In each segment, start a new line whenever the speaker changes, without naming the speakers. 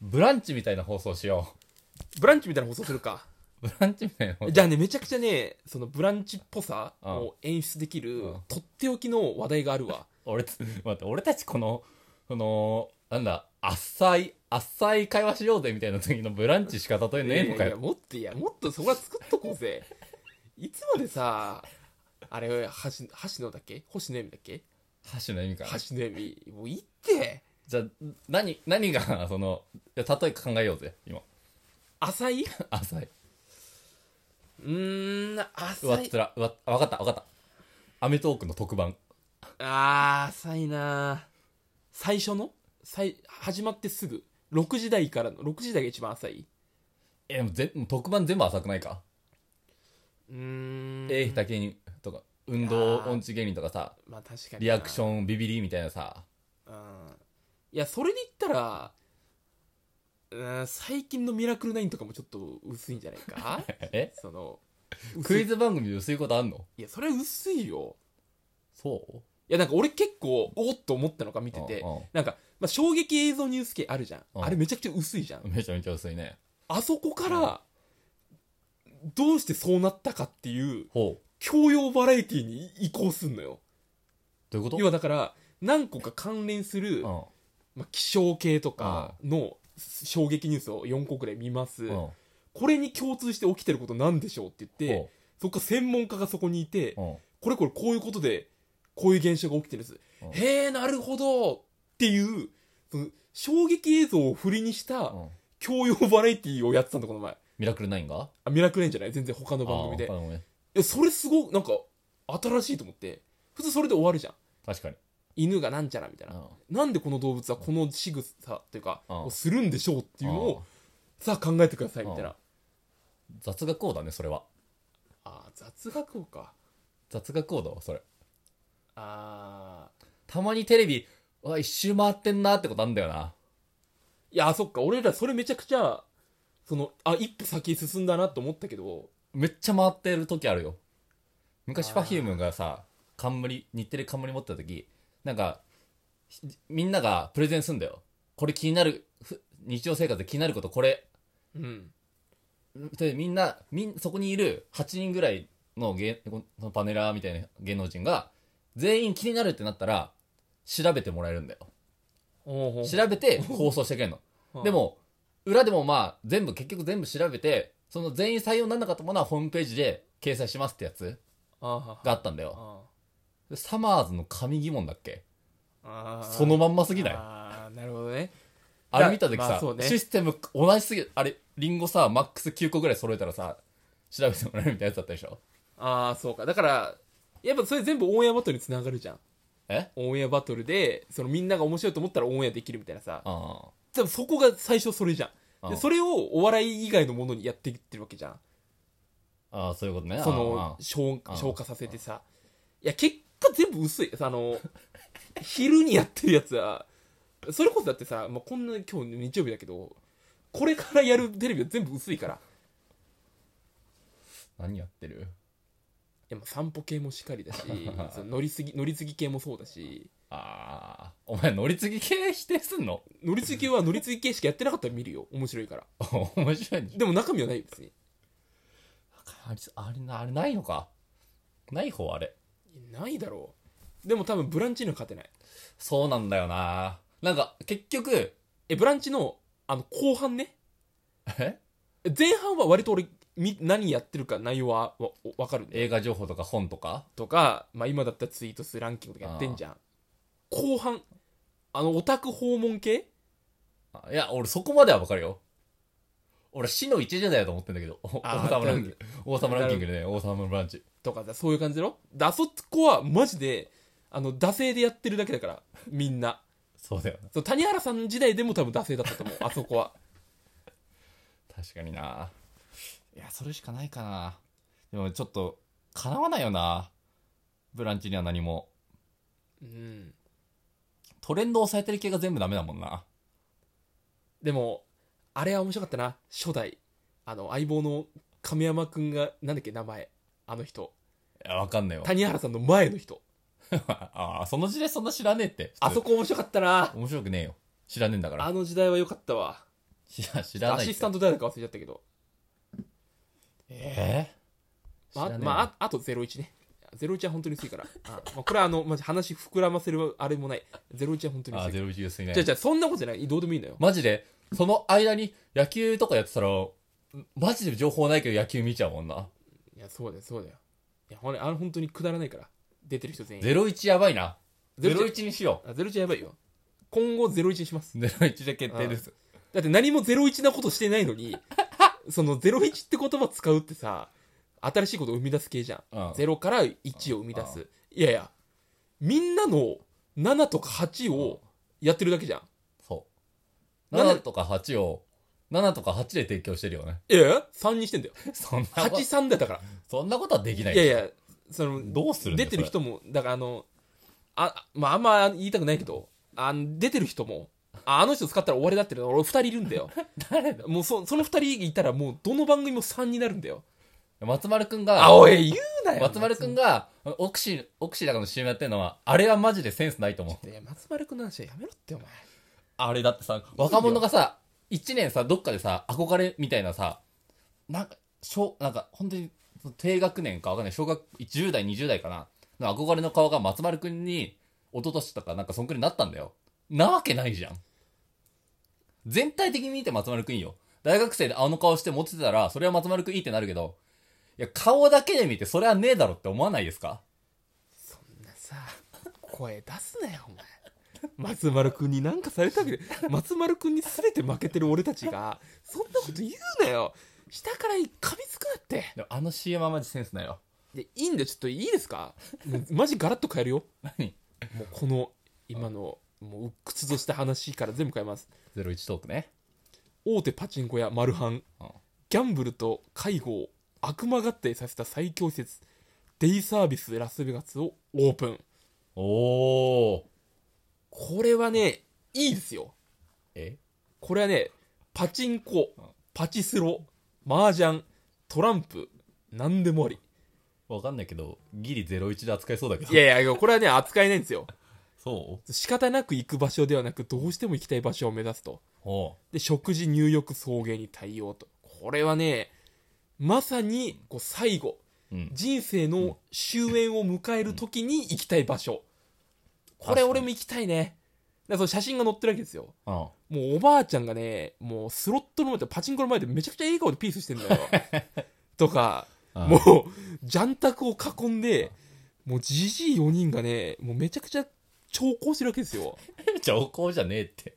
ブランチみたいな放送しよ
ブランチみたいな放送するか。
う。ブランチみたいな放送。
じゃあね、めちゃくちゃね、そのブランチっぽさ
うん
を演出できる
うん、
とっておきの話題があるわ。
俺た、待って、俺たちこの、その、なんだ、浅い、浅い会話しようぜみたいな時のブランチしか例えねえのか
いや
よ。
もっと、いや、もっとそこは作っとこう ぜ。いつまでさ、あれ、橋橋野だっけ星野恵美だっけ
箸の意味か。
橋野恵美。もういいって。
じゃあ、何、何が、その、いや例え考えようぜ、今。
浅い
浅い。
うーん、
うわっ
浅い
つ。ら、うわ、わかった、わかった。アメトーークの特番。
あー、浅いな最初の最始まってすぐ。6時台からの、6時台が一番浅い。
え、でもぜ特番全部浅くないか
うーん。
えひたけにとか、運動
あー
音痴芸人とかさ、
まあ確かにな。
リアクションビビリみたいなさ、
うん。いや、それで言ったら、うん、最近のミラクルナインとかもちょっと薄いんじゃな いか
え
その、
クイ
ズ
ズ番組で薄いことあんの
いや、それは薄いよ。
そ
いや、なんか俺結構、おっと思ったのが見
う
てて
う、ん
なんか、まあ、衝撃映像ニュース系あるじゃん。
うん
あれめちゃくちゃ薄いじゃ。
うんんめちゃめちゃ薄いね。
あそこから、どうしてそうなったかっていう、
ほう。
教養バラエティに移行すんのよ。
どういうこと
要はだから、何個か関連する、まあ、気象系とかの衝撃ニュースを4個くらい見ます、
うん。うん。
これに共通して起きてることなんでしょうって言って、
ほ
そっから専門家がそこにいて、
ううん。
これこれこういうことでこういう現象が起きてるんです、
うん
へえなるほどっていうその衝撃映像を振りにした
うん
教養バラエティをやってたんだこの前
ミラクル9が
あミラクルエンじゃない全然他の番組でい
あー番組
やそれすごくなんか新しいと思って普通それで終わるじゃん
確かに。
犬がなんちゃらみたいな、
うん
なんでこの動物はこの仕草というか、
うん
をするんでしょうっていうのを、さあ考えてくださいみたいな。
うん雑学王だね、それは。
ああ、雑学王か。
雑学王だわ、それ。
ああ。
たまにテレビ、うわ、一周回ってんなってことあんだよな。
いや、そっか、俺らそれめちゃくちゃ、その、あ、一歩先進んだなと思ったけど、
めっちゃ回ってる時あるよ昔
あ
パ
ー
f ヒ m ムがさ冠日テレ冠持ってた時なんかひみんながプレゼンすんだよこれ気になるふ日常生活で気になることこれ
うん。
でみんなみんそこにいる8人ぐらいの芸このパネラーみたいな芸能人が全員気になるってなったら調べてもらえるんだよ
お
調べて放送してくれ るので、も、裏でもまあ、全部、結局全部調べて、その全員採用にならなかったものはホームページで掲載しますってやつ
ああ。
があったんだよ。
あ
でサマーズの神疑問だっけ
あ。
そのまんま
過
すぎないあ
ああ、なるほどね。
れ見た時さ、
まあそうね
システム同じすぎる、あれ、リンゴさ、マックス9個ぐらい揃えたらさ、調べてもらえるみたいなやつだったでしょ
ああ、そうか。だから、やっぱそれ全部オンエアバトルにつながるじゃん。
え
オンエアバトルで、そのみんなが面白いと思ったらオンエアできるみたいなさ。
あ
多分そこが最初それじゃん。
うん
で、それをお笑い以外のものにやっていってるわけじゃん。
ああ、そういうことね。
そ
あ
の
あ、
消
うん
消化させてさ。いや、結果全部薄い。あの、昼にやってるやつは、それこそだってさ、まあ、こんな今日日曜日だけど、これからやるテレビは全部薄いから。い
何やってる
や、まあ散歩系もしっか りだし、その乗りすぎ、乗り継ぎ系もそうだし、
ああ、お前乗り継ぎ系否定すんの
乗り継ぎ系は乗り継ぎ系しかやってなかったら見るよ。面白いから。
面白いね。
でも中身はないよ別に。
あれ、あれな、あれないのか。ない方あれ。
いやないだろう。でも多分ブランチには勝てない。
そうなんだよな。なんか、結局、
え、ブランチの、あの、後半ね。
え
前半は割と俺、み何やってるか内容はわわかるんで。
映画情報とか本とか
とか、まあ今だったらツイート数ランキングとかやってんじゃん。後半、あの、オタク訪問系
あいや、俺そこまではわかるよ。俺、死の一時代だと思ってんだけど。 お王
あー
様ランキング。
な
王様ランキングでね、王様ブランチ。
とかさ、そういう感じだろであそこはマジで、あの、惰性でやってるだけだから、みんな。
そうだよな。
そう谷原さん時代でも多分惰性だったと 思う、あそこは。
確かにな。いや、それしかないかな。でもちょっと、叶わないよな。ブランチには何も。
うん。
トレンドを抑えてる系が全部ダメだもんな。
でも、あれは面白かったな、初代。あの、相棒の亀山くんが、なんだっけ、名前。あの人。
いや、わかんないわ。
谷原さんの前の人。
ああ、その時代そんな知らねえって。
あそ
こ。
こ面白かったな。
面白くねえよ。知らねえんだから。
あの時代は良かったわ。
知ら知らない
ア
って
シスタント誰だか忘れちゃったけど。
えー知
まあ、
らねえ
まあ、ああと01ね。01は本当に薄いから。あまあ、これはあの、まあ、話膨らませるあれもない。01は本当に
あ
薄い。
ゼロ一ですね
じゃあじゃあそんなことじゃない。どうでもいいのよ。
マジでその間に野球とかやってたらマジで情報ないけど野球見ちゃうもんない
や、そうだよ、そうだよ。いや、ほんあの本当にくだらないから。出てる人全員。
ゼロ一やばいなゼロ
01
一にしよ
あ01やばいよ。今後01にします。
うゼロ一で決定です
だって何も01なことしてないのに、その01って言葉使うってさ、新しいことを生み出す系じゃん。
うん
0から1を生み出す。いやいや、みんなの7とか8をやってるだけじゃん。
そう
なんで
7とか8を7とか8で提供してるよね
いやいや、3にしてんだよ。
そんなこと
83だよだか
そんなことはできな
ら。
い
いやいや、その、
どうするんだ
出
よ
てる人も、だからあの、あ、まああんま言いたくないけど、あ出てる人も、ああの人使ったら終わりだっての俺2人いるんだ よ。
誰だ
もうそその2人いたらもうどの番組も3になるんだよ。
松丸くん
あ、
が
おい、言うなよ。
松丸くんがオクシオクシだかの CM やってるのはあれはマジでセンスないと思う
いや、松丸くんの話はやめろって、お前。
あれだってさ、若者がさ、一年さ、どっかでさ、憧れみたいなさ、なんか、小、なんか、本当に、低学年かわかんない、小学、10代、20代かな、の憧れの顔が松丸くんに、一昨年とか、なんか、そんくらいになったんだよ。なわけないじゃん。全体的に見て松丸くんいいよ。大学生であの顔して持ってたら、それは松丸くんいいってなるけど、いや、顔だけで見て、それはねえだろって思わないですか
そんなさ、声出すなよ、お前。松丸くんになんかされたけど、松丸くんに全て負けてる俺たちが、そんなこと言うなよ。下から噛みつくなって。
でもあの CM はマジセンスないよ。
で、いいんだよ、ちょっといいですかもうマジガラッと変えるよ。
何
もうこの、今の、もう鬱屈とした話から全部変えます。
?01 トークね。
大手パチンコ屋マルハン
うん
ギャンブルと介護を悪魔合体させた最強施設デイサービスラスベガスをオープン
おー。
これはねいいですよ
え
これはねパチンコ
うん
パチスロ麻雀トランプ何でもあり
わかんないけど、ギリ01で扱いそうだけど。
いやいやこれはね扱えないんですよ
そう
仕方なく行く場所ではなくどうしても行きたい場所を目指すと
お
で食事入浴送迎に対応とこれはねまさにこう最後
う。うん。
人生の終焉を迎える時に行きたい場所、これ俺も行きたいねだからその写真が載ってるわけですよ
うん。
もうおばあちゃんがねもうスロットの前でパチンコの前でめちゃくちゃ笑顔でピースしてんだよとか
うん
もうジャン卓を囲んでもうじじい4人がねもうめちゃくちゃ長考してるわけですよ
情報じゃねえって。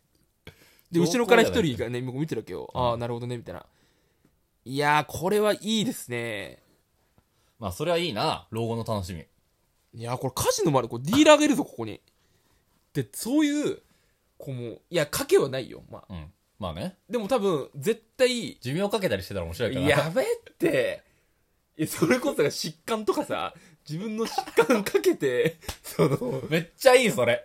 で、
上皇
後ろから一人がね、向こう見てるわけよ。
うん
ああ、なるほどね、みたいな。いやー、これはいいですね。
まあ、それはいいな。老後の楽しみ。
いやー、これカジノもある。これディーラーがいるぞ、ここに。で、そういう、こうもう、いや、賭けはないよ。まあ、
うん。まあね。
でも多分、絶対、
寿命かけたりしてたら面白いから。
やべえって、いやそれこそが疾患とかさ、自分の疾患かけて、その、
めっちゃいい、それ。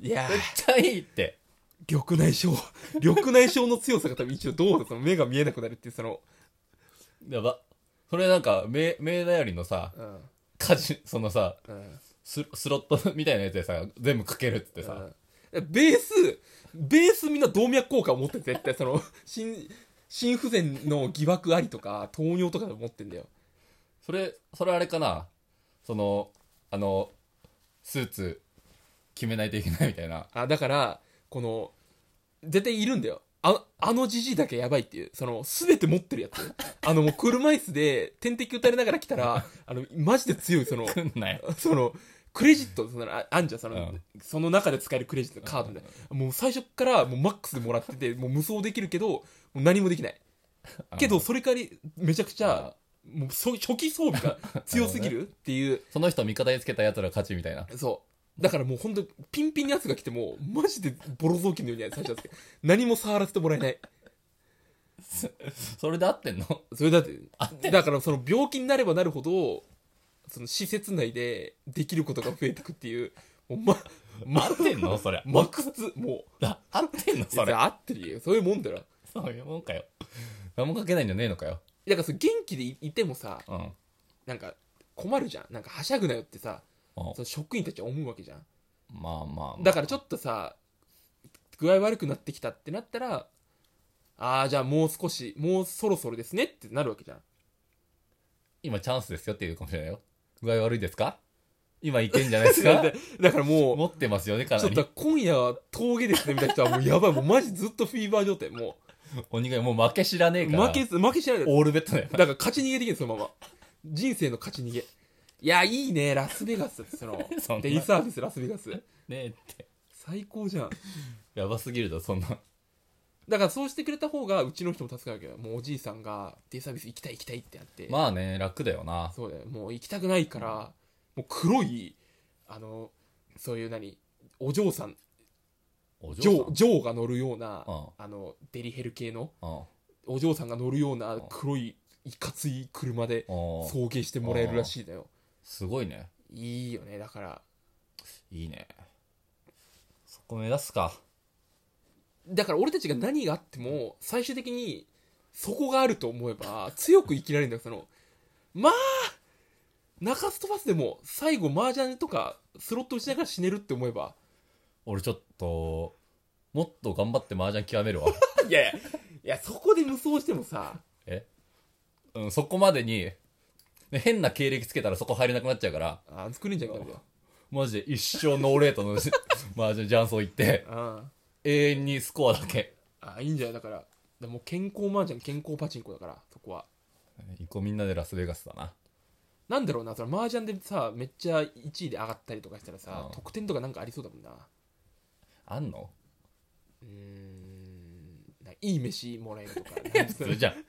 いや
めっちゃいいって。
ー、緑内障、緑内障の強さが多分一応どうだ、その目が見えなくなるっていう、その、
やば。それなんか、名、名だよりのさ、
うん、
家事、そのさ、
うん。
ススロットみたいなやつでさ、全部かけるっつってさ。
うんベースベースみんな動脈硬化を持ってる絶対その心心不全の疑惑ありとか糖尿とかで持ってんだよ
それ、それあれかな。その、あの、スーツ、決めないといけないみたいな。
あだからこの絶対いるんだよああのじじいだけやばいっていうその全て持ってるやつあのもう車椅子で点滴打たれながら来たらあのマジで強いその
くんなよ。
そのクレジットそのああんじゃんその、
うん
その中で使えるクレジットのカードみたいなもう最初っからもうマックスでもらっててもう無双できるけどもう何もできないけどそれからめちゃくちゃもうそ初期装備が強すぎるっていう
その人味方につけた奴ら勝ちみたいな。
そうだからもう本当ピンピンのやつが来てもマジでボロ雑巾のように最初なんですけど何も触らせてもらえない
それで合ってんの
それだってだからその病気になればなるほどその施設内でできることが増えてくっていうもうまま
合ってんのそ りゃ。
マックスもう
あ合ってんのそ
それ
れ。
合ってるよそういうもんだろ
そういうもんかよ。何もかけないんじゃねえのかよ。
だからその元気でいいてもさ
うん。
なんか困るじゃんなんかはしゃぐなよってさ
うん
その職員たちは思うわけじゃん
まあまあまあ。
だからちょっとさ具合悪くなってきたってなったらあああ、じゃあもう少し、もうそろそろですねってなるわけじゃん。
今チャンスですよって言うかもしれないよ。具合悪いですか今いけんじゃないですか
だだからもう、
持ってますよね、か
ち
な
ょっ
り。
と今夜は峠ですねみたいな人はもうやばい、もうマジずっとフィーバー状態。も
鬼がもう負け知らねえ
う、
から。
負けず、負けしないで。
オールベッドだよ
だ。から勝ち逃げできるそのまま。人生の勝ち逃げ。いや、いいね、ラスベガス。そ の
そん、な
デイサービス、ラスベガス。
ねえって。
最高じゃん。
やばすぎるだろ、そんな。
だからそうしてくれた方が、うちの人も助かるわけど、もうおじいさんが、デイサービス行きたい行きたいってなって。
まあね、楽だよな。
そうだよ。もう行きたくないから、もう黒い、あの、そういう何、お嬢さん、
お
ジョー、
嬢
ジョーが乗るような、
うん
あの、デリヘル系の、
さん。うん。
お嬢さんが乗るような黒いいかつい車で
おー
送迎してもらえるらしいだよ
すごいね。
いいよねだから
いいね。そこ目指すか。
だから俺たちが何があっても最終的にそこがあると思えば強く生きられるんだよそのまあ中洲飛ばすでも最後麻雀とかスロット打ちながら死ねるって思えば
俺ちょっと、もっと頑張って麻雀極めるわ。
いやいやいやそこで無双してもさ
えうん、そこまでに、ね変な経歴つけたらそこ入れなくなっちゃうから、
あ作れんじゃんかよ
マジで一生ノーレートの麻雀ジャンソー行って、
あ
永遠にスコアだけ。
あいいんじゃないだからでも健康麻雀健康パチンコだからそこは
行こうみんなでラスベガスだな。
なんだろうな、その麻雀でさ、めっちゃ1位で上がったりとかしたらさ
う、ん
得点とかなんかありそうだもんな。
あんの
うーん、なんか いい飯もらえるとか。
それじゃん。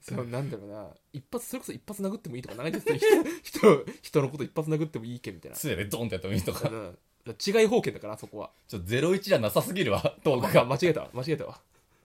そのなんだろうな、一発、それこそ一発殴ってもいいとか、長いですよ、人、人人のこと一発殴ってもいいけみたいな。
杖でドンってやってもいいとか
う。ん、違い方形だから、あそこは。
ちょっと01じゃなさすぎるわ、トークが。
あ間違えたわ、間違えたわ。